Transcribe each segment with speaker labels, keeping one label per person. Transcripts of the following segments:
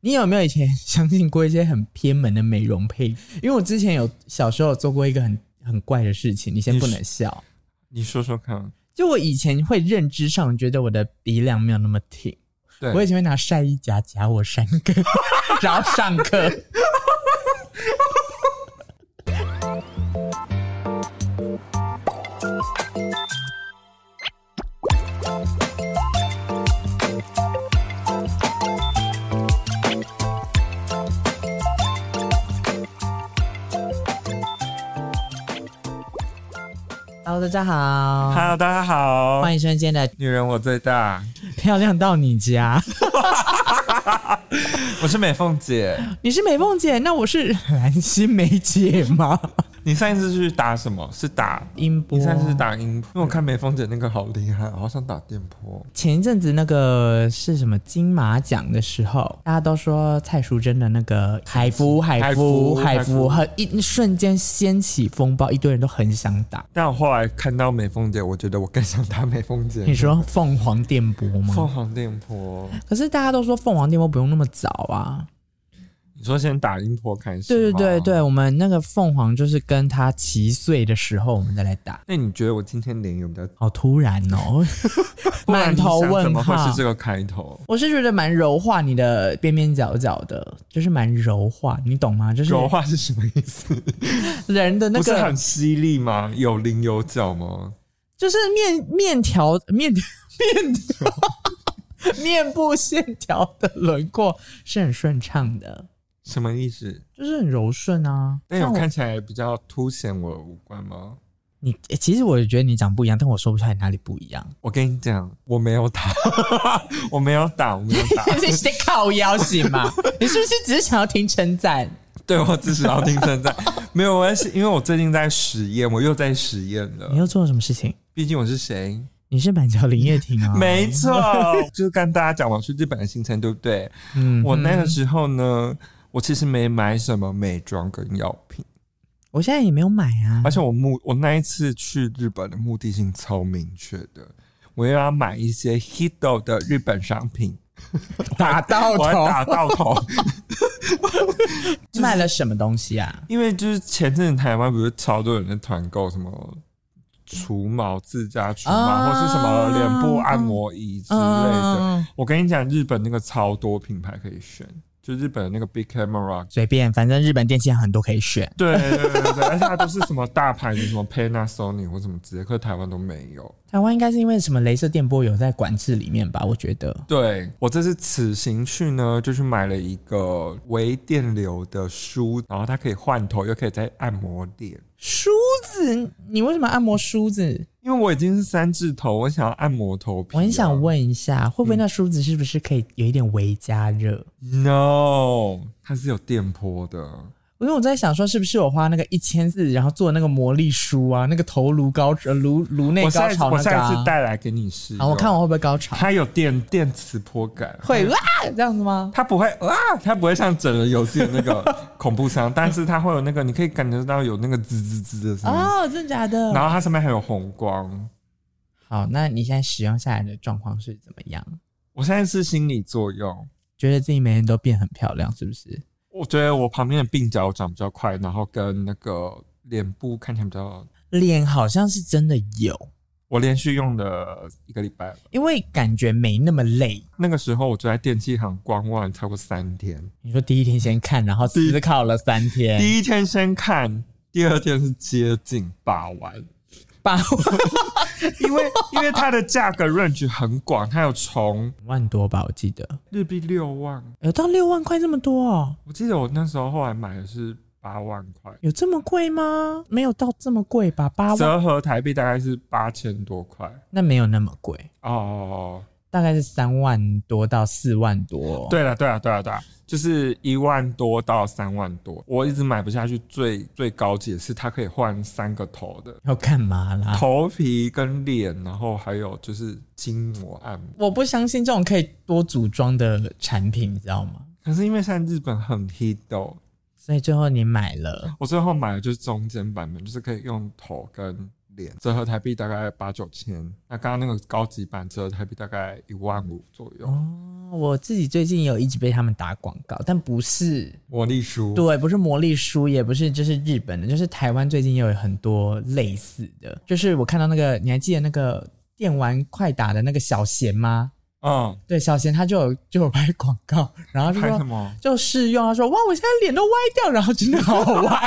Speaker 1: 你有没有以前相信过一些很偏门的美容配？ 因为我之前有小时候有做过一个很很怪的事情，你先
Speaker 2: 你
Speaker 1: 不
Speaker 2: 是
Speaker 1: 能笑。
Speaker 2: 你说说看，
Speaker 1: 就我以前会认知上觉得我的鼻梁没有那么挺，
Speaker 2: 对，
Speaker 1: 我以前会拿晒衣夹夹我三根， 然后上课。Hello，大家好
Speaker 2: Hello，大家好，
Speaker 1: 欢迎收听今天的
Speaker 2: 女人我最大，
Speaker 1: 《漂亮到你家》。
Speaker 2: 我是美凤姐。
Speaker 1: 你是美凤姐，那我是兰心梅姐吗？
Speaker 2: 你上一次去打什么？是打。
Speaker 1: 音波
Speaker 2: 你上一次打音，因为我看美凤姐那个好厉害，我好想打电波。
Speaker 1: 前一阵子那个是什么金马奖的时候，大家都说蔡淑珍的那个海夫海夫
Speaker 2: 海夫
Speaker 1: 海夫，
Speaker 2: 海夫
Speaker 1: 很一瞬间掀起风暴，一堆人都很想打。
Speaker 2: 但我后来看到美凤姐，我觉得我更想打美凤姐。
Speaker 1: 你说凤凰电波
Speaker 2: 凤
Speaker 1: 吗？
Speaker 2: 凰电波，
Speaker 1: 可是大家都说凤凰电波不用那么早啊。
Speaker 2: 你说先打音波开始？
Speaker 1: 对对对。对，我们那个凤凰就是跟他七岁的时候，我们再来打。
Speaker 2: 那你觉得我今天脸有比较？
Speaker 1: 好突然哦，满头
Speaker 2: 不然你想怎
Speaker 1: 问
Speaker 2: 么会
Speaker 1: 号
Speaker 2: 是。这个开头？
Speaker 1: 我是觉得蛮柔化你的边边角角的，就是蛮柔化，你懂吗？就是
Speaker 2: 柔化是什么意思？
Speaker 1: 人的那
Speaker 2: 不是
Speaker 1: 个
Speaker 2: 很，犀利吗？有棱有角吗？
Speaker 1: 就是面面条面面条 面部线条的轮廓是很顺畅的，
Speaker 2: 什么意思？
Speaker 1: 就是很柔顺啊。
Speaker 2: 但有
Speaker 1: 像我
Speaker 2: 看起来比较凸显我的五官吗？
Speaker 1: 你、诶其实我也觉得你长不一样，但我说不出来哪里不一样。
Speaker 2: 我跟你讲，我没有打， 我没有打，我没有 打。
Speaker 1: 你是在靠腰行 吗？你是不是只是想要听称赞？
Speaker 2: 对我只想要听称赞，没有关系，因为我最近在实验，我又在实验
Speaker 1: 你
Speaker 2: 了。
Speaker 1: 又做了什么事情？
Speaker 2: 毕竟我是谁？
Speaker 1: 你是板桥林叶婷啊？
Speaker 2: 没错， 就是跟大家讲我去日本的行程，对不对？
Speaker 1: 嗯
Speaker 2: 我那个时候呢，我其实没买什么美妆跟药品，
Speaker 1: 我现在也没有买啊
Speaker 2: 而。且我目我那一次去日本的目的性超明确的，我又要买一些 Hido 的日本商 品，
Speaker 1: 打到
Speaker 2: 我还打到头。
Speaker 1: 卖了什么东西啊？
Speaker 2: 因为就是前阵子台湾不是超多人在团购什么除毛自家除毛，
Speaker 1: 啊
Speaker 2: 或是什么脸部按摩仪之类的。
Speaker 1: 嗯
Speaker 2: 我跟你讲，日本那个超多品牌可以选，就日本的那个 Big Camera。
Speaker 1: 随便，反正日本电器很多可以选。
Speaker 2: 对对对对对，而且它都是什么大牌子，什么 Panasonic 或什么之类，可是台湾都没有。
Speaker 1: 台湾应该是因为什么镭射电波有在管制里面吧？我觉得
Speaker 2: 对我这次此行去呢，就去买了一个微电流的梳，然后它可以换头，又可以再按摩脸。
Speaker 1: 梳子，你为什么按摩梳子？
Speaker 2: 因为我已经是三字头，我想要按摩头皮、
Speaker 1: 我很想。问一下，会不会那梳子是不是可以有一点微加热？
Speaker 2: No，它是有电波的。
Speaker 1: 因为我在想说，是不是我花那个一千四，然后做那个魔力梳啊，那个头颅高呃颅颅内
Speaker 2: 我
Speaker 1: 高
Speaker 2: 下一次
Speaker 1: 潮
Speaker 2: 我
Speaker 1: 那个、
Speaker 2: 下一次
Speaker 1: 啊？
Speaker 2: 带来给你试。
Speaker 1: 好，我看
Speaker 2: 我，
Speaker 1: 我会不会高 潮？
Speaker 2: 它有电电磁波感，
Speaker 1: 会哇这样子吗？
Speaker 2: 它不会啊，它不会像整人游戏的 那个恐怖伤，但是它会有那个，你可以感觉到有那个滋滋滋的声音。
Speaker 1: 哦，真的假的？
Speaker 2: 然后它上面还有红光。
Speaker 1: 好，那你现在使用下来的状况是怎么样？
Speaker 2: 我现在是心理作用，
Speaker 1: 觉得自己每天都变很漂亮，是不是？
Speaker 2: 我觉得我旁边的鬓角长比较快，然后跟那个脸部看起来比较，
Speaker 1: 脸好像是真的有，
Speaker 2: 我连续用了一个礼拜了。
Speaker 1: 因为感觉没那么累。
Speaker 2: 那个时候我就在电器行观望超过三天，
Speaker 1: 你说第一天先看，然后思考了三天，
Speaker 2: 第一天先看，第二天是接近把玩，
Speaker 1: 八
Speaker 2: 因为因为它的价格 range 很广，它有从
Speaker 1: 万多吧，我记得
Speaker 2: 日币六万，
Speaker 1: 有到六万块这么多哦，
Speaker 2: 我记得我那时候后来买的是八万块，
Speaker 1: 有这么贵吗？没有到这么贵吧，八万
Speaker 2: 折合台币大概是八千多块
Speaker 1: 那没有那么贵，
Speaker 2: 哦。
Speaker 1: 大概是三万多到四万多。，
Speaker 2: 对了对了对了对了，就是一万多到三万多，我一直买不下去最最高级的是它可以换三个头的。
Speaker 1: 要干嘛啦？
Speaker 2: 头皮跟脸，然后还有就是筋膜按摩。
Speaker 1: 我不相信这种可以多组装的产品，你知道吗？
Speaker 2: 可是因为现在日本很 hit 哦，
Speaker 1: 所以最后你买了，
Speaker 2: 我最后买的就是中间版本，就是可以用头跟脸，折合台币大概八九千。那刚刚那个高级版折合台币大概一万五左右。
Speaker 1: 哦，我自己最近有一直被他们打广告，但不是
Speaker 2: 魔力书，
Speaker 1: 对，不是魔力书，也不是就是日本的，就是台湾最近也有很多类似的。就是我看到那个，你还记得那个电玩快打的那个小贤吗？
Speaker 2: 嗯，
Speaker 1: 对，小贤他就有就有拍广告，然后就
Speaker 2: 拍
Speaker 1: 说
Speaker 2: 什么？
Speaker 1: 就试用，他说哇，我现在脸都歪掉，然后真的好歪，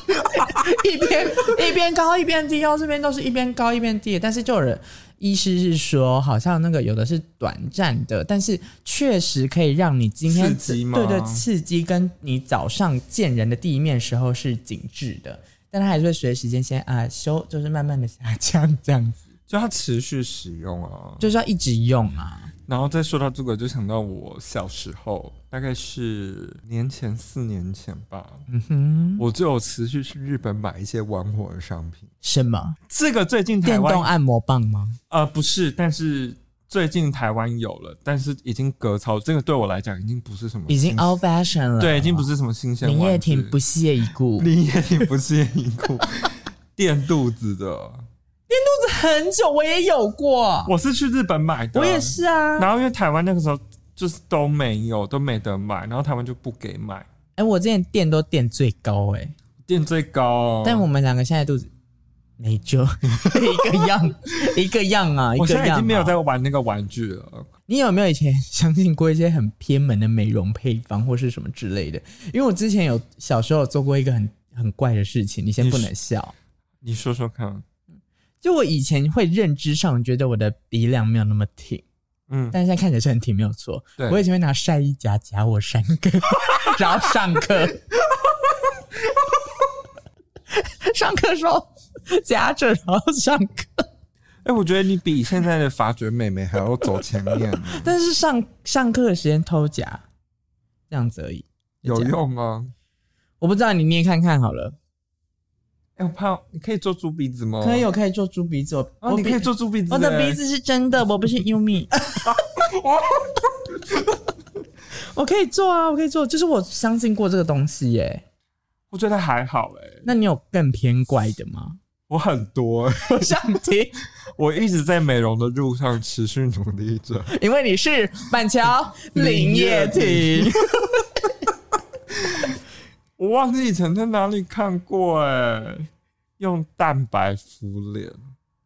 Speaker 1: 一边一边高一边低，腰这边都是一边高一边低的，但是就有人。医师是说，好像那个有的是短暂的，但是确实可以让你今天
Speaker 2: 刺激吗
Speaker 1: 对对刺激，跟你早上见人的第一面时候是紧致的，但它还是会随着时间先啊修，就是慢慢的下降这样 子，
Speaker 2: 就它持续使用啊。
Speaker 1: 就是要一直用啊。
Speaker 2: 然后再说到这个，就想到我小时候，大概是年前四年前吧，
Speaker 1: 嗯哼，
Speaker 2: 我就有持续去日本买一些玩火的商品。
Speaker 1: 什么
Speaker 2: 这个最近台
Speaker 1: 电动
Speaker 2: 湾
Speaker 1: 按摩棒吗？
Speaker 2: 呃不是，但是最近台湾有了，但是已经隔超，这个对我来讲已经不是什么
Speaker 1: 已
Speaker 2: 新
Speaker 1: 经 old fashion 了，
Speaker 2: 对，已经不是什么新鲜玩
Speaker 1: 林
Speaker 2: 具。
Speaker 1: 叶挺不屑一 顾，
Speaker 2: 林叶挺不屑一顾， 垫肚子的。
Speaker 1: 很久我也有过，
Speaker 2: 我是去日本买的，
Speaker 1: 我也。是啊。
Speaker 2: 然后因为台湾那个时候就是都没有，都没得买，然后台湾就不给买，
Speaker 1: 哎、我之前垫都垫最高哎、
Speaker 2: 垫最高哦。
Speaker 1: 但我们两个现在肚子没 救，一个样，一个样啊，一
Speaker 2: 我
Speaker 1: 个
Speaker 2: 现
Speaker 1: 样、
Speaker 2: 在已
Speaker 1: 啊。
Speaker 2: 经没有在玩那个玩具了。
Speaker 1: 你有没有以前相信过一些很偏门的美容配方或是什么之类的？因为我之前有小时候有做过一个很很怪的事情，你先
Speaker 2: 你
Speaker 1: 不
Speaker 2: 是
Speaker 1: 能笑。
Speaker 2: 你说说看，
Speaker 1: 就我以前会认知上觉得我的鼻梁没有那么挺。
Speaker 2: 嗯，
Speaker 1: 但是现在看起来是很挺没有错。
Speaker 2: 对
Speaker 1: 我以前会拿晒衣夹夹我三 根，然后上课， 上课的时候夹着，然后上课。
Speaker 2: 哎、我觉得你比现在的发掘妹妹还要走前 面，
Speaker 1: 但是上上课的时间偷夹，这样子而已。就
Speaker 2: 有
Speaker 1: 这样？
Speaker 2: 用哦吗？
Speaker 1: 我不知道，你捏看看好了。
Speaker 2: 哎、我怕你可以做猪鼻子吗？
Speaker 1: 可以，我可以做猪鼻子，我我
Speaker 2: 哦，你
Speaker 1: 鼻
Speaker 2: 可以做猪鼻子、欸
Speaker 1: 我的鼻，子是真的，我不是 Umi。我可以做啊，我可以做，就是我相信过这个东西耶、
Speaker 2: 我觉得还好哎、
Speaker 1: 那你有更偏怪的吗？
Speaker 2: 我很多、哎
Speaker 1: 我想听，
Speaker 2: 我一直在美容的路上持续努力着。
Speaker 1: 因为你是板桥林叶婷。
Speaker 2: 我忘记以前在哪里看过哎、用蛋白敷脸，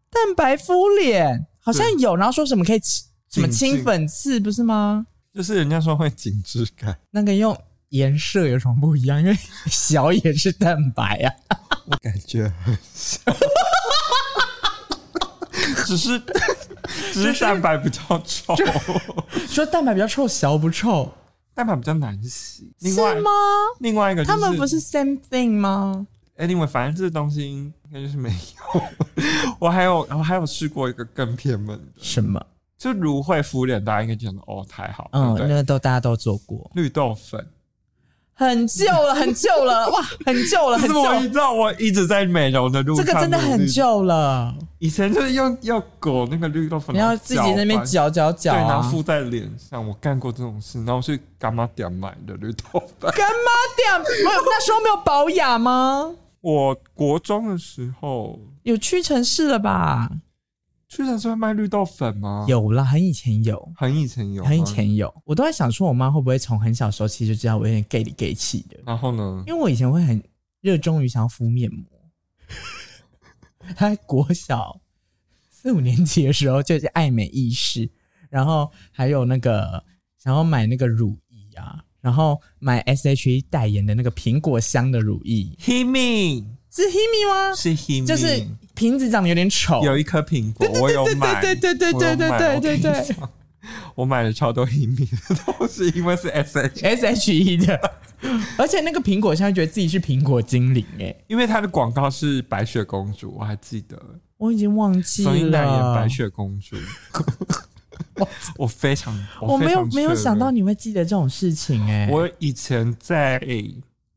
Speaker 1: 蛋白敷脸好像有，然后说什么可以 起什么
Speaker 2: 紧致
Speaker 1: 清粉刺，不是吗？
Speaker 2: 就是人家说会紧致感。
Speaker 1: 那个用颜色有什么不一样？因为小也是蛋白啊。
Speaker 2: 我感觉很像， 只 是只是蛋白比较臭，
Speaker 1: 说蛋白比较臭，小不臭，
Speaker 2: 蛋白比较难洗。另
Speaker 1: 是
Speaker 2: 外
Speaker 1: 吗？
Speaker 2: 另外一个、就是，
Speaker 1: 他们不是 same thing 吗？
Speaker 2: anyway，反正这东西应该就是没有。 我还有我还有试过一个更偏门的，
Speaker 1: 什么？
Speaker 2: 就芦荟敷脸，大家应该觉得哦太好，
Speaker 1: 嗯，
Speaker 2: 对
Speaker 1: 那
Speaker 2: 不对？
Speaker 1: 个都大家都做过，
Speaker 2: 绿豆粉，
Speaker 1: 很旧了， 很旧了，哇，很旧了，
Speaker 2: 这
Speaker 1: 很
Speaker 2: 是我
Speaker 1: 旧
Speaker 2: 一，道我一直在美容的路
Speaker 1: 这
Speaker 2: 上，
Speaker 1: 个真的很。旧了。
Speaker 2: 以前就是用要裹那个绿豆粉，
Speaker 1: 你要自己在那边
Speaker 2: 搅。
Speaker 1: 搅搅搅
Speaker 2: 对，然
Speaker 1: 啊
Speaker 2: 后！敷在脸上。我干过这种事，然后去干妈店买的绿豆 粉。
Speaker 1: 干嘛点？没有那时候没有保养吗？
Speaker 2: 我国中的时候，
Speaker 1: 有屈臣氏了吧？
Speaker 2: 屈臣氏会卖绿豆粉吗？，
Speaker 1: 有啦，很以前有，
Speaker 2: 很以前有，
Speaker 1: 很以。前有。我都在想说，我妈会不会从很小时候其实就知道我有点 gay 里 gay 气的？
Speaker 2: 然后呢？
Speaker 1: 因为我以前会很热衷于想要敷面膜。她在国小四五年级的时候就是爱美意识，然后还有那个想要买那个乳液啊，然后买 S.H.E 代言的那个苹果香的乳液，
Speaker 2: Himi
Speaker 1: 是 Himi 吗？
Speaker 2: 是 Himi，
Speaker 1: 就是瓶子长得有点丑，
Speaker 2: 嗯有一颗苹果，我有买，
Speaker 1: 对对对对对对对对对
Speaker 2: 我买了超多 Himi 的东西，因为是 SH，
Speaker 1: ，S H E 的，而且那个苹果现在觉得自己是苹果精灵哎、
Speaker 2: 因为它的广告是白雪公主，我还记得，
Speaker 1: 我已经忘记
Speaker 2: 宋英代言
Speaker 1: 了
Speaker 2: 白。雪公 主，我非常，
Speaker 1: 我
Speaker 2: 非
Speaker 1: 没有
Speaker 2: 常
Speaker 1: 没有
Speaker 2: 确
Speaker 1: 想
Speaker 2: 认
Speaker 1: 到你会记得这种事情哎、
Speaker 2: 我以前在哎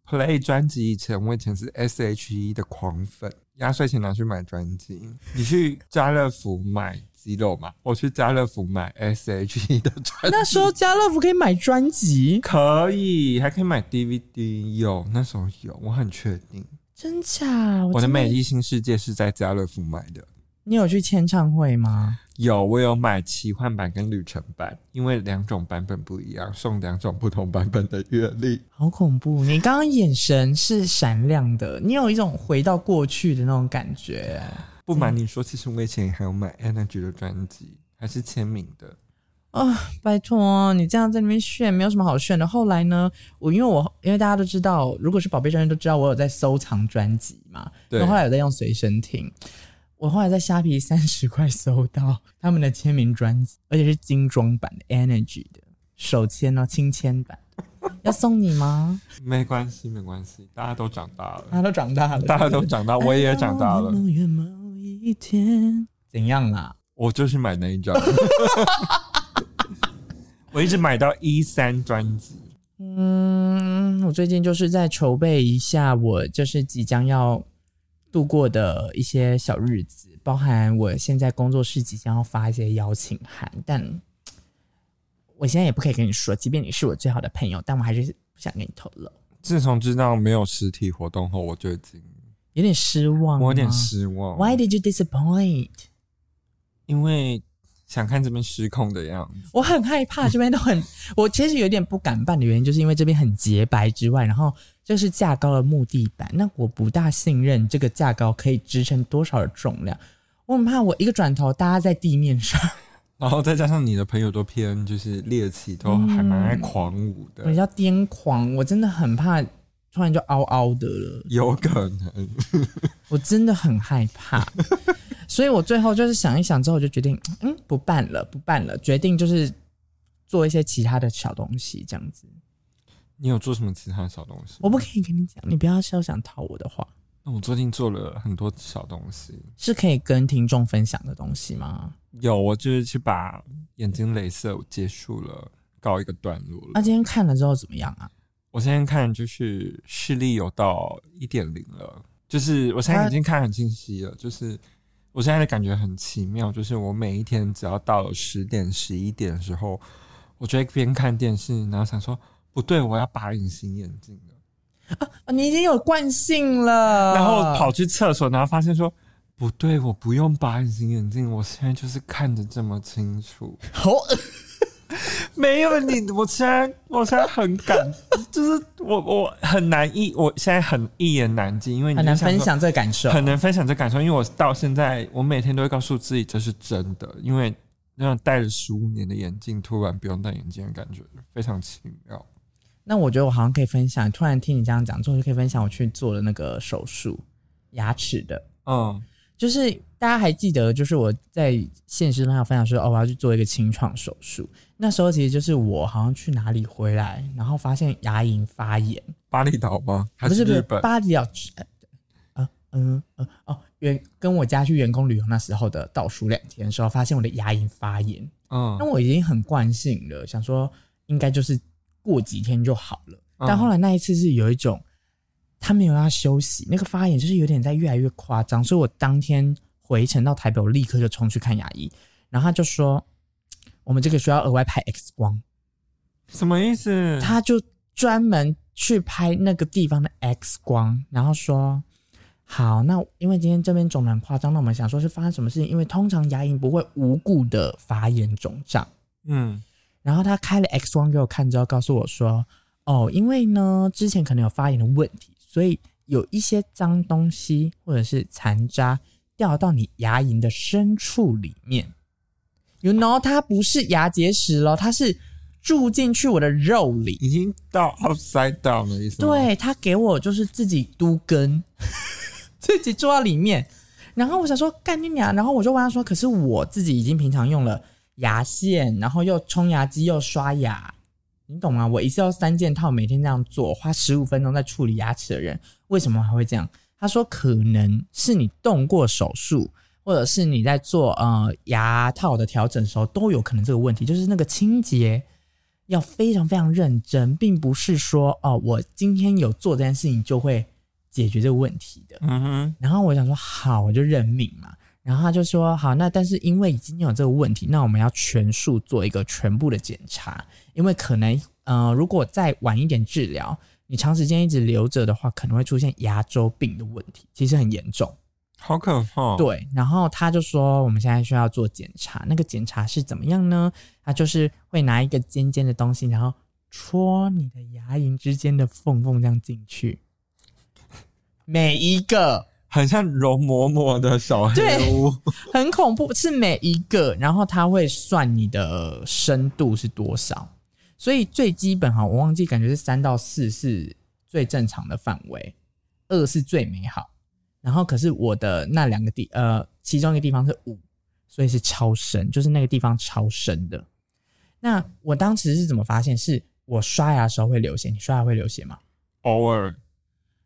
Speaker 2: Play 专辑以前，我以前是 S.H.E 的狂粉，压岁钱拿去买专辑。你去家乐福买鸡肉嘛？我去家乐福买 S.H.E 的专
Speaker 1: 那时候家乐福可以买专辑，
Speaker 2: 可以，还可以买 DVD。有，那时候有，我很确定。
Speaker 1: 真假？
Speaker 2: 我的
Speaker 1: 真
Speaker 2: 美丽新世界是在家乐福买的，
Speaker 1: 你有去签唱会吗？
Speaker 2: 有我有买奇幻版跟旅程版，因为两种版本不一样，送两种不同版本的月历。
Speaker 1: 好恐怖！你刚刚眼神是闪亮的，你有一种回到过去的那种感觉。
Speaker 2: 不瞒你说，其实我以前还有买 Energy 的专辑，还是签名的。
Speaker 1: 拜托，你这样在那边炫，没有什么好炫的。后来呢，我因为我因为大家都知道，如果是宝贝专业都知道我有在收藏专辑嘛，
Speaker 2: 对
Speaker 1: 我后来有在用随身听。我后来在虾皮三十块搜到他们的签名专辑，而且是精装版的 Energy 的手签哦，亲签版。要送你 吗？
Speaker 2: 没关系，没关系，大家都长大
Speaker 1: 大家
Speaker 2: 了，
Speaker 1: 都长大了，
Speaker 2: 大家都长大，我也长 大了
Speaker 1: 爱到。永远某一天怎样啦？
Speaker 2: 我就是买那一张， 我一直买到一三专辑。
Speaker 1: 嗯，我最近就是在筹备一下，我就是即将要度过的一些小日子，包含我现在工作室即将要发一些邀请函，但我现在也不可以跟你说，即便你是我最好的朋友，但我还是不想跟你透露，
Speaker 2: 自从知道没有实体活动后，我就已经
Speaker 1: 有点失望，
Speaker 2: 我有点。失望。
Speaker 1: Why did you disappoint？
Speaker 2: 因为想看这边失控的样子。
Speaker 1: 我很害怕，这边都很，我其实有点不敢办的原因，就是因为这边很洁白之外，然后这是架高的木地板，那我不大信任这个架高可以支撑多少的重量，我很怕我一个转头搭在地面上，
Speaker 2: 然后再加上你的朋友都偏就是猎奇，都还蛮爱狂舞的，
Speaker 1: 我要癫狂，我真的很怕突然就嗷嗷的了，
Speaker 2: 有可能。
Speaker 1: 我真的很害怕，所以我最后就是想一想之后，我就决定，嗯，不办了，不办了，决定就是做一些其他的小东西这样子，
Speaker 2: 你有做什么其他小东西？
Speaker 1: 我不可以跟你讲，你不要休想套我的话。
Speaker 2: 那我最近做了很多小东西，
Speaker 1: 是可以跟听众分享的东西吗？
Speaker 2: 有我就是去把眼睛镭射结束了，告一个段落了。
Speaker 1: 那、今天看了之后怎么样啊？
Speaker 2: 我现在看就是视力有到一点零了，就是我现在已经看很清晰了，就是我现在的感觉很奇妙，就是我每一天只要到了十点十一点的时候，我就会边看电视，然后想说不对，我要拔隐形眼镜了，
Speaker 1: 啊你已经有惯性了，
Speaker 2: 然后跑去厕所，然后发现说。不对，我不用拔隐形眼镜，我现在就是看得这么清楚。
Speaker 1: 好恶
Speaker 2: 没有你，我现在我现在很感，就是我我很难一，我现在很一言难尽，因为 你
Speaker 1: 很难
Speaker 2: 就想
Speaker 1: 分
Speaker 2: 说
Speaker 1: 享这个感受。
Speaker 2: 很难分享这感受，因为我到现在，我每天都会告诉自己这是真的，因为那种戴了十五年的眼镜，突然不用戴眼镜的感觉非常奇妙。
Speaker 1: 那我觉得我好像可以分享，突然听你这样讲之后，就可以分享我去做了那个手术，牙齿的。
Speaker 2: 嗯，
Speaker 1: 就是大家还记得，就是我在现实中有分享说，哦，我要去做一个清创手术。那时候其实就是我好像去哪里回来，然后发现牙龈发炎，
Speaker 2: 巴厘岛吗？还
Speaker 1: 不是不
Speaker 2: 日
Speaker 1: 是
Speaker 2: 本？
Speaker 1: 巴黎岛之，啊嗯呃哦，员跟我家去员工旅游那时候的倒数两天的时候，发现我的牙龈发炎，那
Speaker 2: 嗯，
Speaker 1: 我已经很惯性了，想说应该就是过几天就好了。但后
Speaker 2: 来
Speaker 1: 来那一次是有一种他没有要休息，那个发炎就是有点在越来越夸张，所以我当天回程到台北，我立刻就冲去看牙医，然后他就说我们这个需要额外拍 X 光，
Speaker 2: 什么意思？
Speaker 1: 他就专门去拍那个地方的 X 光，然后说。好，那因为今天这边肿的很夸张，那我们想说是发生什么事情？因为通常牙龈不会无故的发炎肿胀，
Speaker 2: 嗯，
Speaker 1: 然后他开了 X 光给我看之后，告诉我说：“哦，因为呢之前可能有发炎的问题，所以有一些脏东西或者是残渣掉到你牙龈的深处里面。You know，它不是牙结石咯，它是住进去我的肉里。
Speaker 2: 已经到 upside down 的意思吗？，
Speaker 1: 对他给我就是自己都根， 自己坐到里面。然后我想说干你娘，然后我就问他说，可是我自己已经平常用了牙线，然后又冲牙机又刷牙，你懂吗？我一次要三件套，每天这样做，花十五分钟在处理牙齿的人，为什么还会这样？他说可能是你动过手术，或者是你在做呃牙套的调整的时候都有可能这个问题，就是那个清洁要非常非常认真，并不是说哦，我今天有做这件事情就会解决这个问题的。
Speaker 2: 嗯哼，
Speaker 1: 然后我想说好，我就认命嘛。然后他就说好，那但是因为已经有这个问题，那我们要全数做一个全部的检查，因为可能呃，如果再晚一点治疗，你长时间一直留着的话，可能会出现牙周病的问题，其实很严重。
Speaker 2: 好可怕。，哦
Speaker 1: 对，然后他就说我们现在需要做检查，那个检查是怎么样呢？他就是会拿一个尖尖的东西，然后戳你的牙龈之间的缝缝，这样进去，每一个
Speaker 2: 很像容嬷嬷的小黑
Speaker 1: 对
Speaker 2: 屋。
Speaker 1: 很恐怖，是每一个，然后他会算你的深度是多少，所以最基本哈，我忘记感觉是三到四是最正常的范围，二是最美好，然后可是我的那两个地呃，其中一个地方是五，所以是超深，就是那个地方超深的。那我当时是怎么发现？是我刷牙的时候会流血，你刷牙会流血吗？
Speaker 2: 偶尔，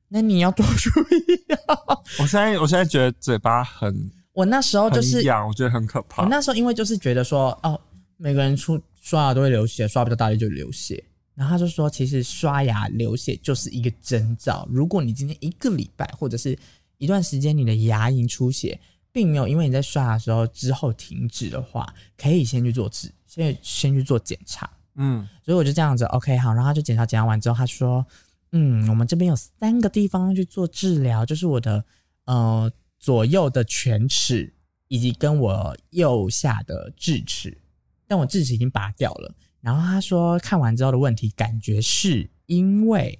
Speaker 1: 那你要多注意、 啊。
Speaker 2: 我现在我现在觉得嘴巴很
Speaker 1: 我那时候就是
Speaker 2: 很痒，我觉得很可怕
Speaker 1: 我。那时候因为就是觉得说，哦，每个人出刷牙都会流血，刷比较大力就流血。然后他就说，其实刷牙流血就是一个征兆。如果你今天一个礼拜或者是一段时间，你的牙龈出血，并没有因为你在刷牙的时候之后停止的话，可以先去做治，先先去做检查。
Speaker 2: 嗯，
Speaker 1: 所以我就这样子，OK，好，然后他就检查检查完之后，他说，嗯，我们这边有三个地方要去做治疗，就是我的呃左右的犬齿，以及跟我右下的智齿，但我智齿已经拔掉了。然后他说看完之后的问题，感觉是因为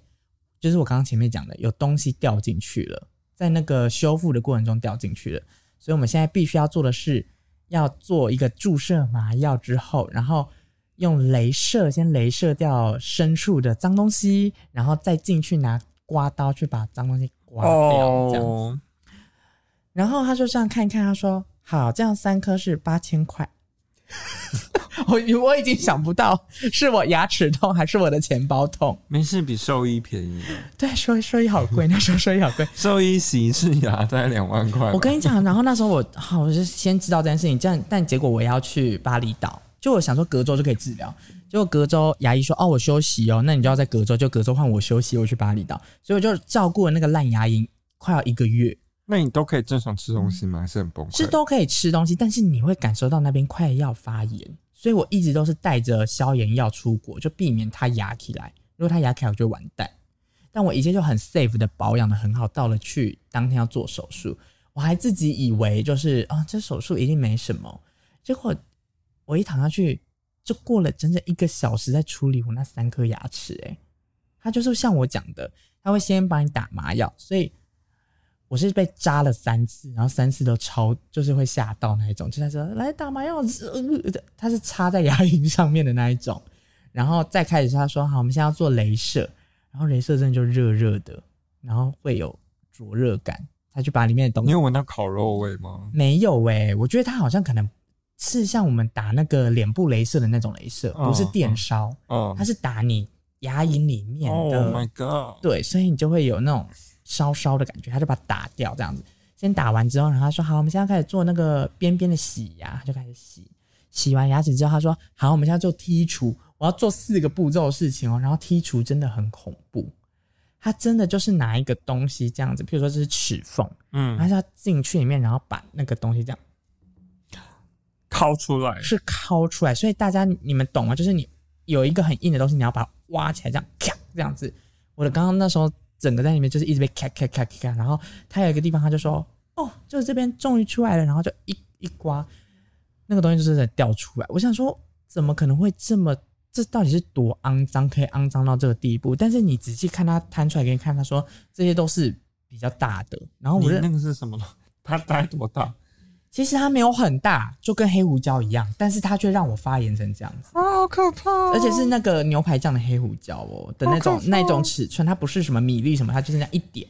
Speaker 1: 就是我刚刚前面讲的，有东西掉进去了，在那个修复的过程中掉进去了，所以我们现在必须要做的是要做一个注射麻药之后，然后用镭射先镭射掉深处的脏东西，然后再进去拿刮刀去把脏东西刮掉，这样子。
Speaker 2: 哦，
Speaker 1: 然后他就这样看一看，他说：“好，这样三颗是八千块。我” 我已经想不到是我牙齿痛还是我的钱包痛。
Speaker 2: 没事，比兽医便宜。
Speaker 1: 对，说说医好贵，那时候说医好贵。
Speaker 2: 兽医洗一次牙大概两万块吧。
Speaker 1: 我跟你讲，然后那时候我好，我就先知道这件事情，这样，但结果我要去巴厘岛，就我想说隔周就可以治疗，结果隔周牙医说：“哦，我休息哦，那你就要在隔周，就隔周换我休息，我去巴厘岛。”所以我就照顾了那个烂牙龈快要一个月。
Speaker 2: 那你都可以正常吃东西吗？还是很崩溃？
Speaker 1: 是都可以吃东西，但是你会感受到那边快要发炎，所以我一直都是带着消炎药出国，就避免它牙起来。如果它牙起来，我就完蛋。但我一切就很 safe 的保养的很好，到了去当天要做手术，我还自己以为就是啊，这手术一定没什么。结果我一躺下去，就过了整整一个小时在处理我那三颗牙齿、欸。哎，它就是像我讲的，他会先帮你打麻药，所以我是被扎了三次，然后三次都超，就是会吓到那一种，就在说来打麻药，呃他是插在牙龈上面的那一种，然后再开始他说好，我们现在要做镭射，然后镭射真的就热热的，然后会有灼热感，他就把里面的东西
Speaker 2: 你有闻到烤肉味吗？
Speaker 1: 没有哎、我觉得他好像可能是像我们打那个脸部镭射的那种镭射，
Speaker 2: 哦
Speaker 1: 不是电烧，
Speaker 2: 嗯
Speaker 1: 它。是打你牙龈里面
Speaker 2: Oh
Speaker 1: 的
Speaker 2: my god！
Speaker 1: 对，所以你就会有那种烧烧的感觉，他就把它打掉这样子。先打完之后，然后他说好，我们现在开始做那个边边的洗牙，他就开始洗。洗完牙齿之后，他说好，我们现在做剔除，我要做四个步骤的事情哦。然后剔除真的很恐怖，他真的就是拿一个东西这样子，譬如说这是齿缝，他
Speaker 2: 嗯，
Speaker 1: 是要进去里面，然后把那个东西这样
Speaker 2: 烤出来。
Speaker 1: 是抠出来，所以大家你们懂吗？就是你有一个很硬的东西，你要把它挖起来，这样咔这样子。我的刚刚那时候整个在里面就是一直被咔咔咔咔，咔然后他有一个地方他就说哦，就是这边终于出来了，然后就一一刮，那个东西就是在掉出来。我想说，怎么可能会这么？这到底是多肮脏，可以肮脏到这个地步？但是你仔细看它摊出来给你看，他说这些都是比较大的。然后
Speaker 2: 你
Speaker 1: 我就
Speaker 2: 那个是什么呢？它大概多大？
Speaker 1: 其实它没有很大，就跟黑胡椒一样，但是它却让我发炎成这样子。
Speaker 2: 啊，好可怕哦！
Speaker 1: 而且是那个牛排酱的黑胡椒哦的那种
Speaker 2: 好可怕哦
Speaker 1: 那种尺寸，它不是什么米粒什么，它就是那样一点，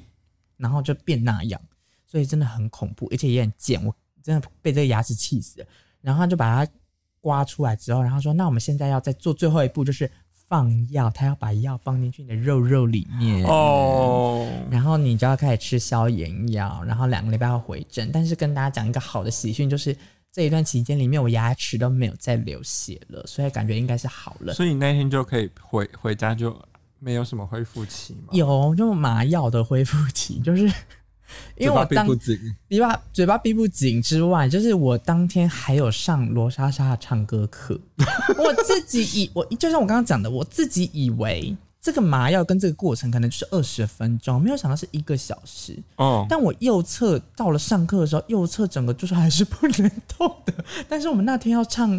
Speaker 1: 然后就变那样，所以真的很恐怖，而且也很贱，我真的被这个牙齿气死了。然后他就把它刮出来之后，然后说：“那我们现在要再做最后一步，就是放药，他要把药放进去你的肉肉里面。”
Speaker 2: 哦，
Speaker 1: 然后你就要开始吃消炎药，然后两个礼拜要回诊。但是跟大家讲一个好的喜讯，就是这一段期间里面，我牙齿都没有再流血了，所以感觉应该是好了。
Speaker 2: 所以你那天就可以回回家，就没有什么恢复期嘛？
Speaker 1: 有就麻药的恢复期，就是 因为我
Speaker 2: 嘴巴
Speaker 1: 当
Speaker 2: 闭不紧，
Speaker 1: 嘴巴嘴巴闭不紧之外，就是我当天还有上罗莎莎的唱歌课，我自己以我就像我刚刚讲的，我自己以为这个麻药跟这个过程可能就是二十分钟，没有想到是一个小时。
Speaker 2: 哦，
Speaker 1: 但我右侧到了上课的时候，右侧整个就是还是不能动的。但是我们那天要唱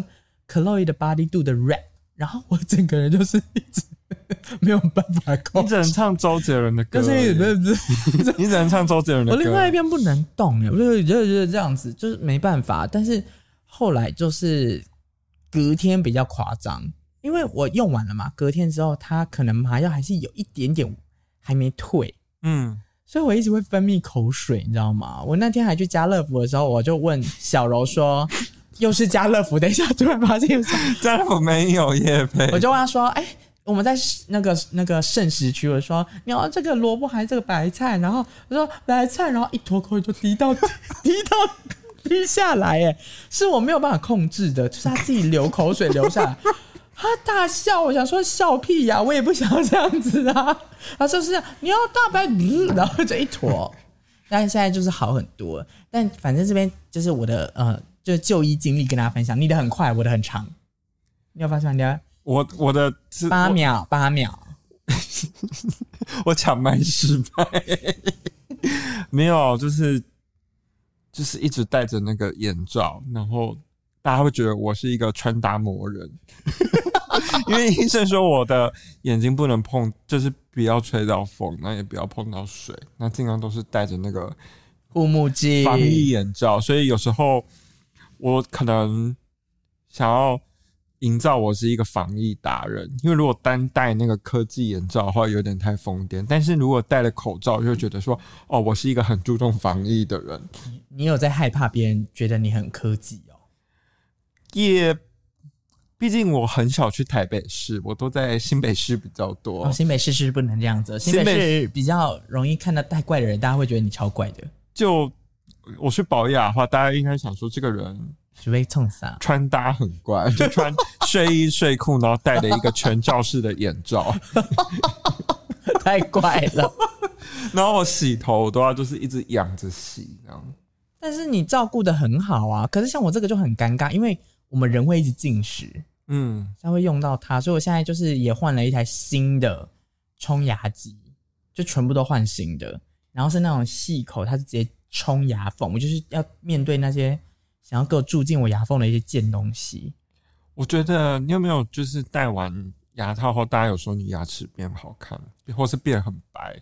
Speaker 1: Chloe 的 Body Do 的 rap，然后我整个人就是一直 没有办法控
Speaker 2: 你只
Speaker 1: 制，
Speaker 2: 能唱周杰伦的歌，
Speaker 1: 就是一直不是不是
Speaker 2: 你只能唱周杰伦的
Speaker 1: 我
Speaker 2: 歌。
Speaker 1: 哦另外一边不能动耶，我就觉得觉得这样子就是没办法。但是后来就是隔天比较夸张，因为我用完了嘛，隔天之后它可能麻药还是有一点点还没退，
Speaker 2: 嗯，
Speaker 1: 所以我一直会分泌口水，你知道吗？我那天还去家乐福的时候，我就问小柔说：“ 又是家乐福？”等一下，突然发现又是家乐福
Speaker 2: 家乐福没有叶配
Speaker 1: 我，就问他说：“哎、我们在那个那个剩食区，我说你要这个萝卜还是这个白菜？”然后我说白菜，然后一坨口水就滴到 滴到滴下来，哎，是我没有办法控制的，就是他自己流口水流下来。他大笑，我想说笑屁呀、我也不想要这样子啊。他说是这样你要大白，嗯然后就一坨。但是现在就是好很多，但反正这边就是我的呃，就是就医经历跟大家分享。你的很快，我的很长。你有发现吗你的
Speaker 2: 我我的是
Speaker 1: 八
Speaker 2: 我
Speaker 1: 秒，八秒。
Speaker 2: 我抢麦失败， 没有，就是就是一直戴着那个眼罩，然后大家会觉得我是一个穿搭魔人， 因为医生说我的眼睛不能碰，就是不要吹到风，那也不要碰到水，那尽量都是戴着那个
Speaker 1: 护目镜，
Speaker 2: 防疫眼罩，所以有时候我可能想要营造我是一个防疫达人，因为如果单戴那个科技眼罩的话，有点太疯癫；但是如果戴了口罩，就会觉得说，哦，我是一个很注重防疫的人。
Speaker 1: 你有在害怕别人觉得你很科技哦？
Speaker 2: 也，毕竟我很少去台北市，我都在新北市比较多
Speaker 1: 哦，。新北市是不能这样子，新
Speaker 2: 新北
Speaker 1: 北市比较容易看到带怪的人，大家会觉得你超怪的，
Speaker 2: 就我去保雅的话，大家应该想说这个人
Speaker 1: 只会冲啥？
Speaker 2: 穿搭很怪，就穿睡衣睡裤，然后戴了一个全罩式的眼罩。
Speaker 1: 太怪了。
Speaker 2: 然后我洗头我都要就是一直仰着洗，这样。
Speaker 1: 但是你照顾的很好啊，可是像我这个就很尴尬，因为我们人会一直进食，
Speaker 2: 嗯，
Speaker 1: 才会用到它，所以我现在就是也换了一台新的冲牙机，就全部都换新的，然后是那种细口，它是直接冲牙缝，我就是要面对那些想要给我住进我牙缝的一些贱东西。
Speaker 2: 我觉得你有没有就是戴完牙套后，大家有说你牙齿变好看，或是变很白，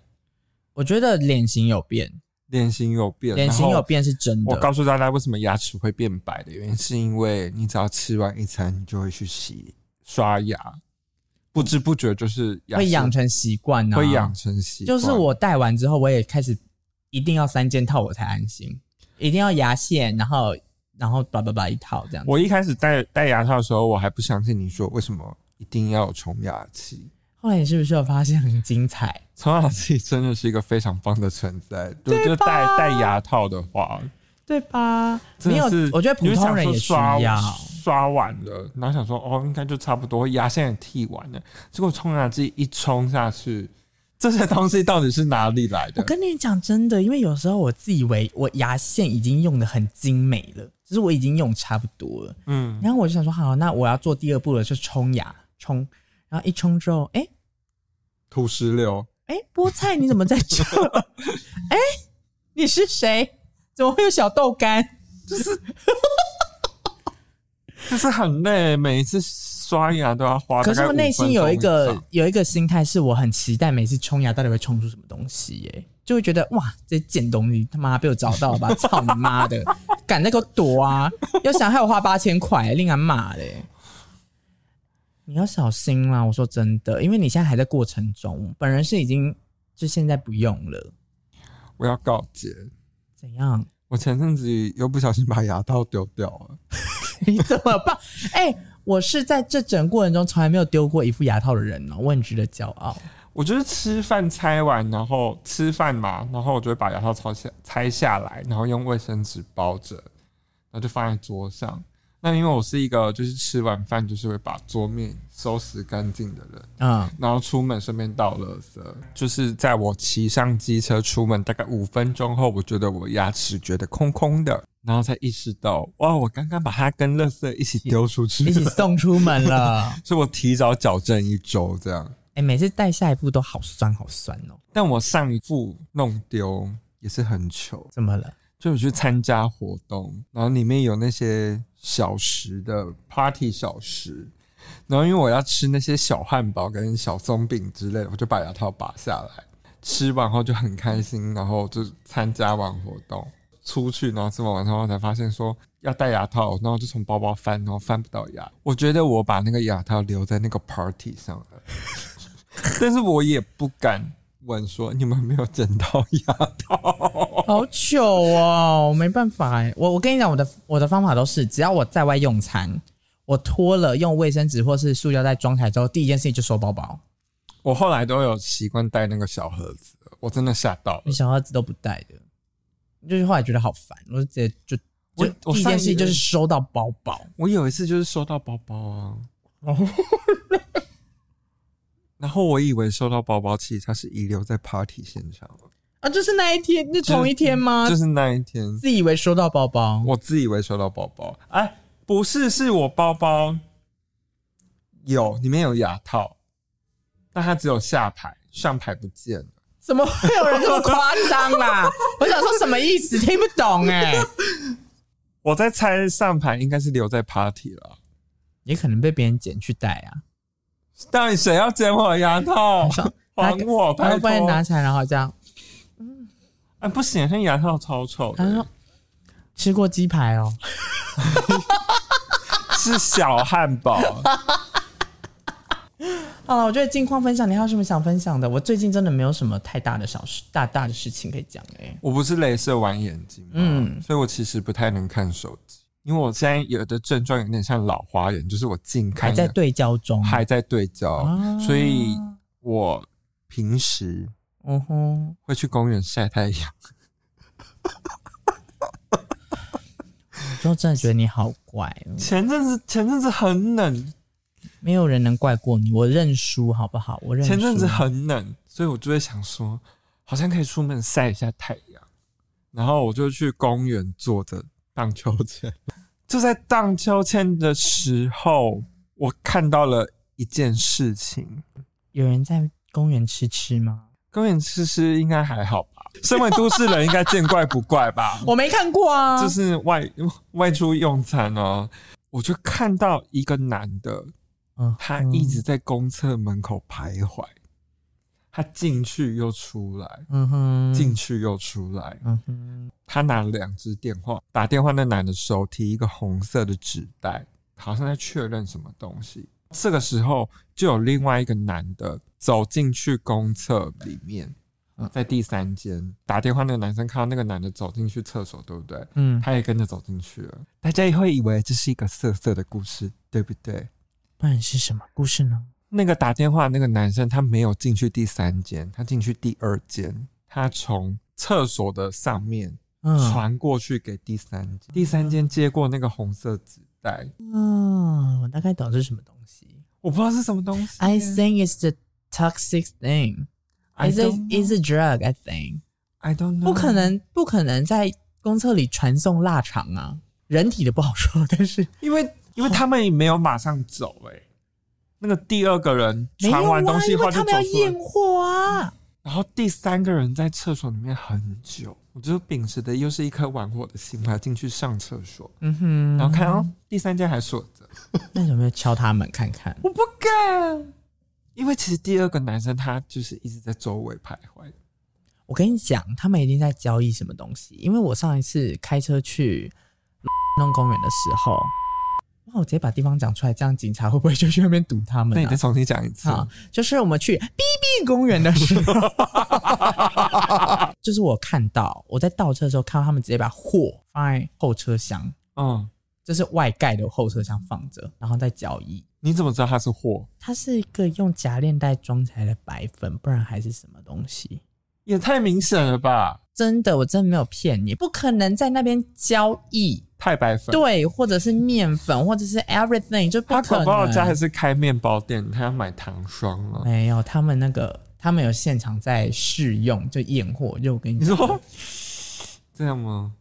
Speaker 1: 我觉得脸型有变，
Speaker 2: 脸型有变，
Speaker 1: 脸型
Speaker 2: 然
Speaker 1: 有
Speaker 2: 后
Speaker 1: 变是真
Speaker 2: 我告
Speaker 1: 的。
Speaker 2: 诉大家为什么牙齿会变白的原因，是因为你只要吃完一餐，你就会去洗刷牙，不知不觉就是牙齿
Speaker 1: 会养成习惯呢，
Speaker 2: 会养成习惯，
Speaker 1: 就是我戴完之后，我也开始一定要三件套我才安心，一定要牙线，然后然后叭叭叭一套这样子。
Speaker 2: 我一开始戴戴牙套的时候，我还不相信你说为什么一定要有冲牙器。
Speaker 1: 后来你是不是有发现很精彩？
Speaker 2: 陈老师真的是一个非常棒的存在，就就戴戴牙套的话，
Speaker 1: 对吧？
Speaker 2: 真
Speaker 1: 没有
Speaker 2: 的是，
Speaker 1: 我觉得普通人
Speaker 2: 你
Speaker 1: 也
Speaker 2: 就
Speaker 1: 需
Speaker 2: 想说
Speaker 1: 要
Speaker 2: 刷。刷完了，然后想说哦，应该就差不多，牙线也剃完了，结果冲牙机一冲下去，这些东西到底是哪里来
Speaker 1: 我
Speaker 2: 的？
Speaker 1: 跟你讲真的，因为有时候我自以为我牙线已经用的很精美了，就是我已经用差不多了，
Speaker 2: 嗯，
Speaker 1: 然后我就想说，好，那我要做第二步了，就冲牙冲，然后一冲之后，哎
Speaker 2: 土石流，
Speaker 1: 哎，诶菠菜你怎么在这？ 哎，你是谁？怎么会有小豆干？
Speaker 2: 就是很累，每一次刷牙都要花啊大
Speaker 1: 可
Speaker 2: 概5分钟以上。
Speaker 1: 是我内心有一个有一个心态，是我很期待每次冲牙到底会冲出什么东西耶、就会觉得哇，这贱东西他妈被我找到了 吧？操你妈的，敢再给我躲啊！要想害我花八千块，令人骂嘞、你要小心啦！我说真的，因为你现在还在过程中，本人是已经就现在不用了，
Speaker 2: 我要告诫。
Speaker 1: 怎 样？
Speaker 2: 我前阵子又不小心把牙套丢掉了，
Speaker 1: 你怎么办？哎、我是在这整过程中从来没有丢过一副牙套的人哦、我很值得骄傲。
Speaker 2: 我就是吃饭拆完，然后吃饭嘛，然后我就会把牙套拆下拆下来，然后用卫生纸包着，然后就放在桌上。那因为我是一个就是吃完饭就是会把桌面收拾干净的人，
Speaker 1: 嗯，
Speaker 2: 然后出门顺便倒垃圾。就是在我骑上机车出门大概五分钟后，我觉得我牙齿觉得空空的，然后才意识到哇，我刚刚把它跟垃圾一起丢出去
Speaker 1: 一起
Speaker 2: 了，
Speaker 1: 送出门了。
Speaker 2: 所以我提早矫正一周这样。
Speaker 1: 哎、每次戴下一副都好酸好酸哦，
Speaker 2: 但我上一副弄丢也是很糗，
Speaker 1: 怎么了？
Speaker 2: 就我去参加活动，然后里面有那些小食的 party 小食，然后因为我要吃那些小汉堡跟小松饼之类的，我就把牙套拔下来，吃完后就很开心，然后就参加完活动出去，然后吃完晚餐后才发现说要戴牙套，然后就从包包翻，然后翻不到牙，我觉得我把那个牙套留在那个 party 上了， 但是我也不敢问说你们没有整到牙套。
Speaker 1: 好糗哦，没办法哎，我我跟你讲，我的我的方法都是，只要我在外用餐，我脱了用卫生纸或是塑胶袋装起来之后，第一件事情就收包包，
Speaker 2: 我后来都有习惯带那个小盒子，我真的吓到了
Speaker 1: 你。小盒子都不带的，就是后来觉得好烦，我就直接就
Speaker 2: 我
Speaker 1: 就
Speaker 2: 我
Speaker 1: 第一件事情就是
Speaker 2: 上一
Speaker 1: 收到包包，
Speaker 2: 我有一次就是收到包包啊，
Speaker 1: 哦
Speaker 2: 然后我以为收到包包，其实它是遗留在 party 现场，
Speaker 1: 啊，就是那一天，就同一天吗？
Speaker 2: 就是那一天，
Speaker 1: 自以为收到包包，
Speaker 2: 我自以为收到包包，哎，不是，是我包包有里面有牙套，但它只有下排，上排不见了。
Speaker 1: 怎么会有人这么夸张啦？ 我想说什么意思，听不懂 哎、
Speaker 2: 我在猜上排应该是留在 party 了，
Speaker 1: 也可能被别人捡去戴啊，
Speaker 2: 到底谁要捡我的牙 套？还我！
Speaker 1: 他
Speaker 2: 拜
Speaker 1: 会不会
Speaker 2: 托！
Speaker 1: 拿起来然后这样？
Speaker 2: 哎，不行，那牙套超臭
Speaker 1: 他
Speaker 2: 的
Speaker 1: 说，吃过鸡排哦，
Speaker 2: 是小汉 堡。
Speaker 1: 好了，我觉得近况分享，你还有什么想分享的？我最近真的没有什么太大的小事，大大的事情可以讲哎、
Speaker 2: 我不是镭射完眼睛，嗯，
Speaker 1: 嗯
Speaker 2: 所以我其实不太能看手机，因为我现在有的症状有点像老花眼，就是我近看
Speaker 1: 还在对焦中，
Speaker 2: 还在对焦，
Speaker 1: 啊
Speaker 2: 所以我平时
Speaker 1: 嗯哼，
Speaker 2: 会去公园晒太阳。
Speaker 1: 我就真的觉得你好怪哦，
Speaker 2: 前阵子前阵子很冷，
Speaker 1: 没有人能怪过你，我认输好不好？我认输。
Speaker 2: 前阵子很冷，所以我就会想说，好像可以出门晒一下太阳，然后我就去公园坐着荡秋千。就在荡秋千的时候，我看到了一件事情。
Speaker 1: 有人在公园吃吃吗？
Speaker 2: 公园吃吃应该还好吧？身为都市人，应该见怪不怪吧？
Speaker 1: 我没看过啊，
Speaker 2: 就是外外出用餐哦，我就看到一个男的，
Speaker 1: 嗯
Speaker 2: 他一直在公厕门口徘徊，他进去又出来，
Speaker 1: 嗯哼
Speaker 2: 进去又出来。
Speaker 1: 嗯哼
Speaker 2: 他拿了两只电话，打电话那男的手提一个红色的纸袋，好像在确认什么东西。这个时候就有另外一个男的走进去公厕里面
Speaker 1: 嗯，
Speaker 2: 在第三间打电话那个男生看到那个男的走进去厕所，对不对？
Speaker 1: 嗯，
Speaker 2: 他也跟着走进去了。大家也会以为这是一个色色的故事，对不对？
Speaker 1: 不然是什么故事呢？
Speaker 2: 那个打电话那个男生他没有进去第三间，他进去第二间，他从厕所的上面
Speaker 1: 嗯
Speaker 2: 传过去给第三间，第三间接过那个红色纸袋，
Speaker 1: 嗯，我大概懂是什么东西。
Speaker 2: 我不知道是什么东西。
Speaker 1: I think it's the toxic thing.
Speaker 2: I
Speaker 1: Is it
Speaker 2: don't know.
Speaker 1: is a drug? I think.
Speaker 2: I don't know，
Speaker 1: 不可。能，不可能在公厕里传送腊肠啊！人体的不好说，但是
Speaker 2: 因为因为他们也没有马上走、欸，那个第二个人
Speaker 1: 没
Speaker 2: 传
Speaker 1: 有啊，
Speaker 2: 完东西
Speaker 1: 因
Speaker 2: 后
Speaker 1: 为
Speaker 2: 就
Speaker 1: 他
Speaker 2: 走
Speaker 1: 们要
Speaker 2: 出
Speaker 1: 验
Speaker 2: 来，
Speaker 1: 货啊。
Speaker 2: 然后第三个人在厕所里面很久，我就秉持的又是一颗玩火的心，我要进去上厕所，
Speaker 1: 嗯哼，
Speaker 2: 然后看哦，第三间还锁着，
Speaker 1: 那有没有敲他们看看？
Speaker 2: 我不敢，因为其实第二个男生他就是一直在周围徘徊，
Speaker 1: 我跟你讲，他们一定在交易什么东西。因为我上一次开车去弄公园的时候，哇，我直接把地方讲出来，这样警察会不会就去那边堵他们、
Speaker 2: 那你
Speaker 1: 啊
Speaker 2: 再？重新讲一次，
Speaker 1: 好，就是我们去 B B 公园的时候， 就是我看到我在倒车的时候，看到他们直接把货放在后车厢，
Speaker 2: 嗯，
Speaker 1: 就是外盖的后车厢放着，然后再交易。
Speaker 2: 你怎么知道他是货？
Speaker 1: 它是一个用夹链袋装起来的白粉，不然还是什么东西？
Speaker 2: 也太明显了吧，
Speaker 1: 真的，我真的没有骗你，不可能在那边交易，
Speaker 2: 太白粉。
Speaker 1: 对，或者是面粉，或者是 everything，就不
Speaker 2: 他
Speaker 1: 可
Speaker 2: 可不好
Speaker 1: 能。
Speaker 2: 家还是开面包店，他要买糖霜了。
Speaker 1: 没有，他们那个他们有现场在试用，就验货，就我跟你
Speaker 2: 你
Speaker 1: 讲，
Speaker 2: 说这样吗？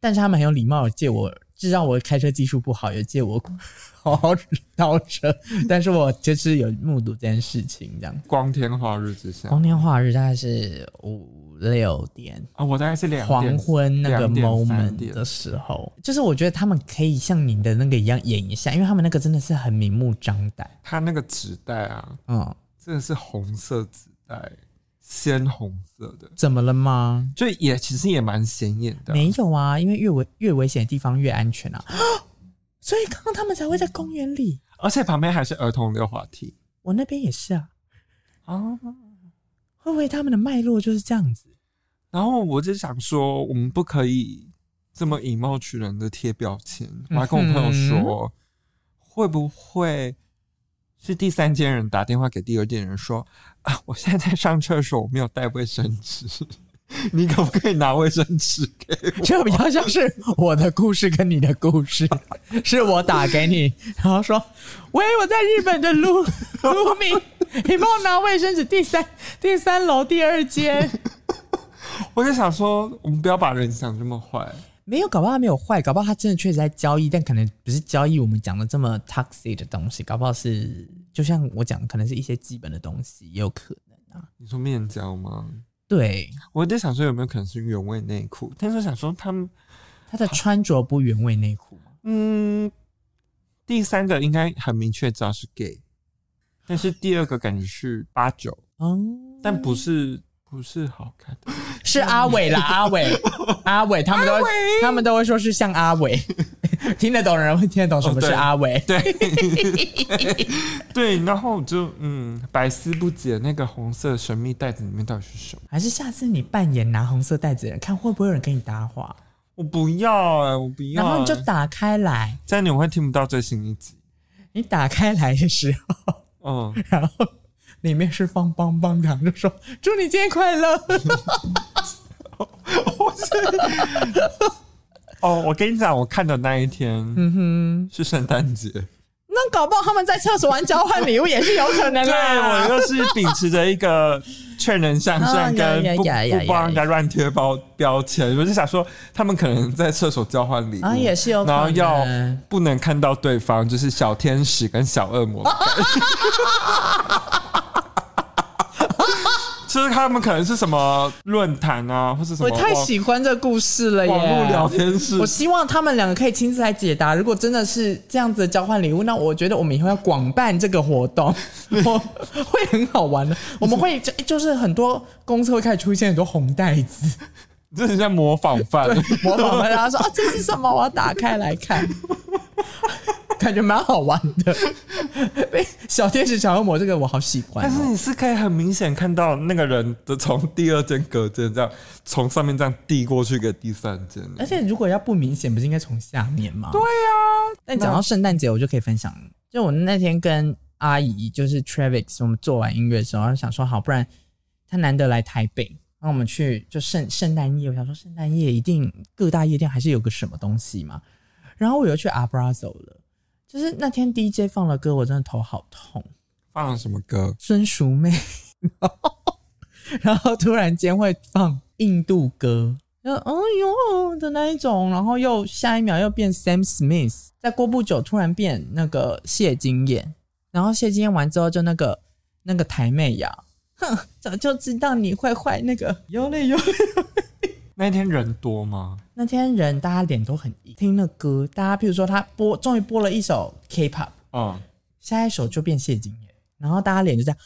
Speaker 1: 但是他们很有礼貌，借我知道我开车技术不好，有借我 好好倒车，但是我就是有目睹这件事情，这样。
Speaker 2: 光天化日之下
Speaker 1: 光天化日大概是五六点
Speaker 2: 啊，我大概是两
Speaker 1: 黄
Speaker 2: 点
Speaker 1: 昏那个
Speaker 2: 两点三
Speaker 1: moment
Speaker 2: 点
Speaker 1: 的时候，就是我觉得他们可以像你的那个一样演一下，因为他们那个真的是很明目张胆，
Speaker 2: 它那个纸袋啊，
Speaker 1: 嗯，
Speaker 2: 真的是红色纸袋，鲜红色的，
Speaker 1: 怎么了吗？
Speaker 2: 就也其实也蛮显眼的啊。
Speaker 1: 没有啊，因为越危越危险的地方越安全啊， 所以刚刚他们才会在公园里，
Speaker 2: 而且旁边还是儿童溜滑梯
Speaker 1: 我那边也是啊，哦
Speaker 2: 啊。
Speaker 1: 会不会他们的脉络就是这样子？
Speaker 2: 然后我就想说，我们不可以这么以貌取人的贴标签。我还跟我朋友说，会不会是第三间人打电话给第二间人说啊，我现在在上厕所，我没有带卫生纸， 你可不可以拿卫生纸给我？
Speaker 1: 这比较像是我的故事跟你的故事， 是我打给你，然后说：“喂，我在日本的 卢卢米，你帮我拿卫生纸，第三第三楼第二间。
Speaker 2: 我就想说，我们不要把人想这么坏。”
Speaker 1: 没有，搞不好他没有坏，搞不好他真的确实在交易，但可能不是交易我们讲的这么 toxic 的东西，搞不好是就像我讲，可能是一些基本的东西，也有可能啊。
Speaker 2: 你说面交吗？
Speaker 1: 对，
Speaker 2: 我在想说有没有可能是原味内裤，但是我想说他们，
Speaker 1: 他的穿着不原味内裤吗？
Speaker 2: 嗯，第三个应该很明确知道是 gay，但是第二个感觉是八九，
Speaker 1: 嗯，
Speaker 2: 但不是不是好看的，
Speaker 1: 是阿伟啦，阿 伟，嗯阿伟，他们都会他们都会说是像阿伟， 听得懂的人会听得懂什么
Speaker 2: 哦对
Speaker 1: 是阿伟。
Speaker 2: 对，然后我就嗯百思不解那个红色神秘袋子里面到底是什么，
Speaker 1: 还是下次你扮演拿红色袋子的人，看会不会有人跟你搭话，
Speaker 2: 我不要哎、我不要、
Speaker 1: 然后你就
Speaker 2: 欸
Speaker 1: 打开来，
Speaker 2: 这样你会听不到最新一集，
Speaker 1: 你打开来的时候，
Speaker 2: 嗯，
Speaker 1: 然后里面是放棒棒糖，就说祝你今天快乐。
Speaker 2: 哦，我跟你讲，我看的那一天，嗯哼，是圣诞节。
Speaker 1: 那搞不好他们在厕所玩交换礼物也是有可能啊
Speaker 2: 对 我
Speaker 1: 啦。
Speaker 2: 就是秉持着一个 劝人向
Speaker 1: 啊
Speaker 2: 善，
Speaker 1: 呀呀
Speaker 2: 跟不
Speaker 1: 呀呀
Speaker 2: 不帮人
Speaker 1: 呀
Speaker 2: 家乱贴标标签。我就想说，他们可能在厕所交换礼物，
Speaker 1: 啊，也是有可
Speaker 2: 然后
Speaker 1: 能。
Speaker 2: 要不能看到对方，就是小天使跟小恶魔。 就是他们可能是什么论坛啊，或是什么
Speaker 1: 我太
Speaker 2: 网
Speaker 1: 喜欢这个故事了耶！
Speaker 2: 网络聊天室
Speaker 1: 我，希望他们两个可以亲自来解答。如果真的是这样子的交换礼物，那我觉得我们以后要广办这个活动，我会很好玩的。我们会就就是很多公司会开始出现很多红袋子，
Speaker 2: 这是在模仿犯。
Speaker 1: 模仿们，然后说啊这是什么？我要打开来看， 感觉蛮好玩的。被小天使、小恶魔这个我好喜欢
Speaker 2: 但是
Speaker 1: 哦、
Speaker 2: 你是可以很明显看到那个人的从第二间隔间这样从上面这样递过去给第三间，
Speaker 1: 而且如果要不明显，不是应该从下面吗？对呀、啊。但讲到圣诞节，我就可以分享，就我那天跟阿姨，就是 Travis，我们做完音乐之后，然后想说好，不然他难得来台北，然后我们去就圣圣诞夜，我想说圣诞夜一定各大夜店还是有个什么东西嘛。然后我又去 Abrazo 了，就是那天 DJ 放了歌，我真的头好痛。
Speaker 2: 放了什么歌？
Speaker 1: 孙淑妹， 然后然后突然间会放印度歌，就哎呦的那一种，然后又下一秒又变 Sam Smith，再过不久突然变那个谢金燕，然后谢金燕完之后就那个那个台妹呀，哼，早就知道你会坏那个有嘞有嘞。
Speaker 2: 那一天人多吗？
Speaker 1: 那天人大家脸都很硬，听那歌，大家譬如说他播终于播了一首 K-pop，
Speaker 2: 嗯，
Speaker 1: 下一首就变谢金燕，然后大家脸就这样。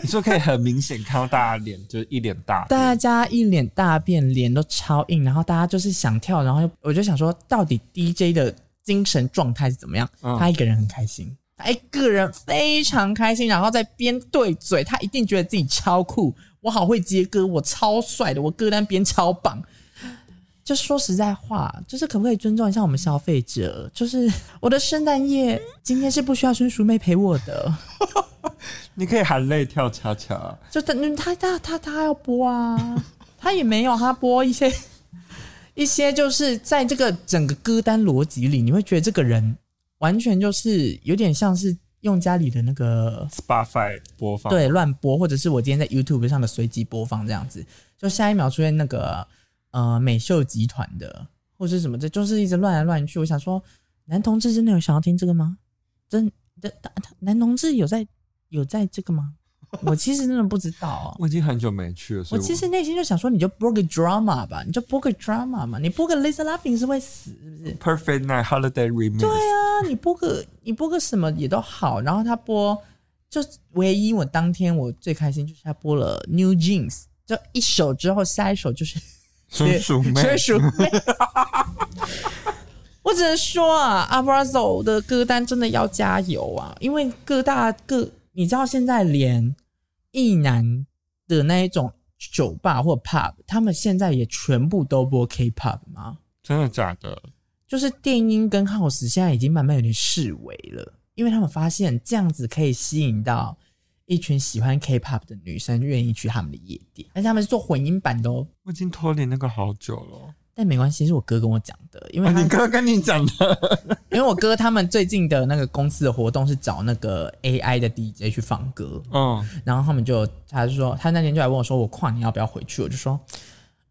Speaker 2: 你说可以很明显看到大家脸就是一脸大便，
Speaker 1: 大家一脸大便，脸都超硬，然后大家就是想跳，然后又我就想说，到底 DJ 的精神状态是怎么样？
Speaker 2: 嗯
Speaker 1: 他一个人很开心，他一个人非常开心，然后在边对嘴，他一定觉得自己超酷，我好会接歌，我超帅的，我歌单编超棒。就说实在话，就是可不可以尊重一下我们消费者？就是 我的圣诞夜今天是不需要孙淑妹陪我的，
Speaker 2: 你可以含泪跳恰恰。
Speaker 1: 就他他他他他要播啊， 他也没有，他播一些 一些就是在这个整个歌单逻辑里，你会觉得这个人完全就是有点像是用家里的那个
Speaker 2: Spotify 播放，
Speaker 1: 对乱播，或者是我今天在 YouTube 上的随机播放这样子，就下一秒出现那个呃美秀集团的，或或是什么，这就是一直乱来乱去。我想说，男同志真的有想要听这个吗？真的，大大男同志有在有在这个吗？我其实真的不知道啊。
Speaker 2: 我已经很久没去了，所
Speaker 1: 我
Speaker 2: 以
Speaker 1: 其实内心就想说，你就播个 drama 吧，你就播个 drama 嘛，你播个 Lisa Laughing 是会死是不是？
Speaker 2: Perfect Night Holiday Remix，
Speaker 1: 对啊，你播个你播个什么也都好，然后他播就唯一我当天我最开心就是他播了 New Jeans，就一首之后下一首就是
Speaker 2: 叔叔妹，
Speaker 1: 纯属 妹。我只能说啊阿 b r a z o 的歌单真的要加油啊！因为各大各，你知道现在连意男的那一种酒吧或 pub，他们现在也全部都播 K-pop 吗？
Speaker 2: 真的假的？
Speaker 1: 就是电音跟 house 现在已经慢慢有点式微了，因为他们发现这样子可以吸引到一群喜欢 K-pop 的女生愿意去他们的夜店，而且他们是做混音版的哦。
Speaker 2: 我已经脱离那个好久了。
Speaker 1: 但没关系，是我哥跟我讲的，因为
Speaker 2: 啊、
Speaker 1: 他
Speaker 2: 你刚刚跟你讲的，
Speaker 1: 因为我哥他们最近的那个公司的活动是找那个 AI 的 DJ 去放歌，
Speaker 2: 嗯，
Speaker 1: 然后他们就他就说他那天就来问我说我跨年要不要回去，我就说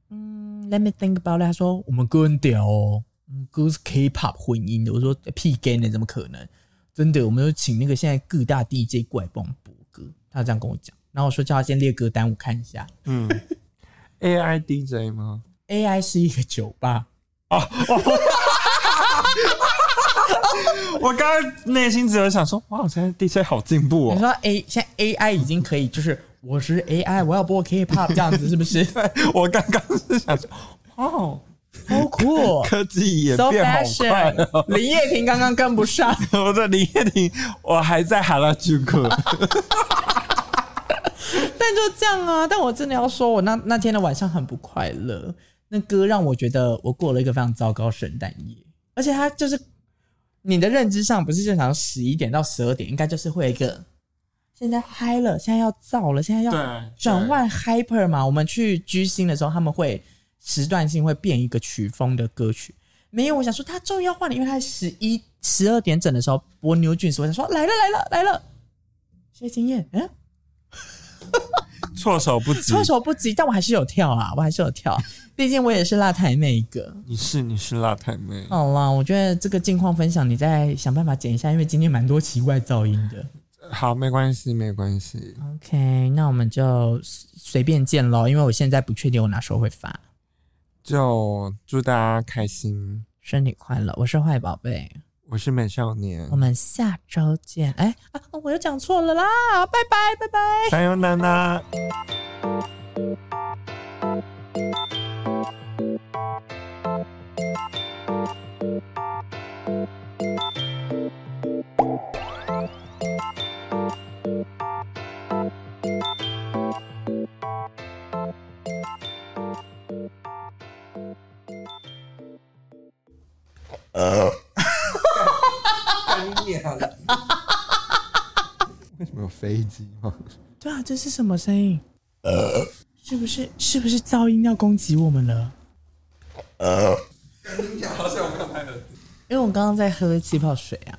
Speaker 1: 嗯，Let me think about it。他说我们歌很屌哦，我们歌是 K-pop 混音的。我说屁 gay 呢，怎么可能？真的，我们就请那个现在各大 DJ 过来帮我们播歌，他这样跟我讲。然后我说叫他先列歌单，我看一下。
Speaker 2: 嗯，AI DJ 吗？
Speaker 1: AI 是一个酒吧，
Speaker 2: 我刚刚内心只有想说，哇，现在 DJ 好进步
Speaker 1: 你
Speaker 2: 哦。
Speaker 1: 说 A 现在 AI 已经可以就是我是 AI，我要播 K-pop 这样子是不是？
Speaker 2: 我刚刚是想说，哦，
Speaker 1: 好酷、
Speaker 2: 科技也
Speaker 1: So
Speaker 2: 变好快哦。
Speaker 1: fashion，林叶婷刚刚跟不上，
Speaker 2: 我的林叶婷，我还在哈拉居 克，
Speaker 1: 但就这样啊。但我真的要说，我那那天的晚上很不快乐。那歌让我觉得我过了一个非常糟糕圣诞夜，而且它就是你的认知上不是正常十一点到十二点，应该就是会有一个现在嗨了，现在要燥了，现在
Speaker 2: 对
Speaker 1: 要转换 hyper 嘛。我们去居星的时候，他们会时段性会变一个曲风的歌曲。没有，我想说他终于要换了，因为他十一十二点整的时候播 New Jeans，我想说来了来了来了，谢金燕，嗯，
Speaker 2: 对措手不及。
Speaker 1: 措手不及，但我还是有跳啊，我还是有跳，毕竟我也是辣台妹一个。
Speaker 2: 你是你是辣太妹，
Speaker 1: 好啦，我觉得这个近况分享，你再想办法剪一下，因为今天蛮多奇怪噪音的。
Speaker 2: 好，没关系，没关系。
Speaker 1: OK，那我们就随随便见喽，因为我现在不确定我哪时候会发。
Speaker 2: 就祝大家开心。
Speaker 1: 生日快乐，我是坏宝贝，
Speaker 2: 我是美少年
Speaker 1: 我，们下周见。哎啊，我又讲错了啦，拜拜拜拜。
Speaker 2: 加油，娜娜。呃 为什么有飞机吗？
Speaker 1: 对啊，这是什么声音？是不是是不是噪音要攻击我们了？因为我刚刚在喝气泡水啊，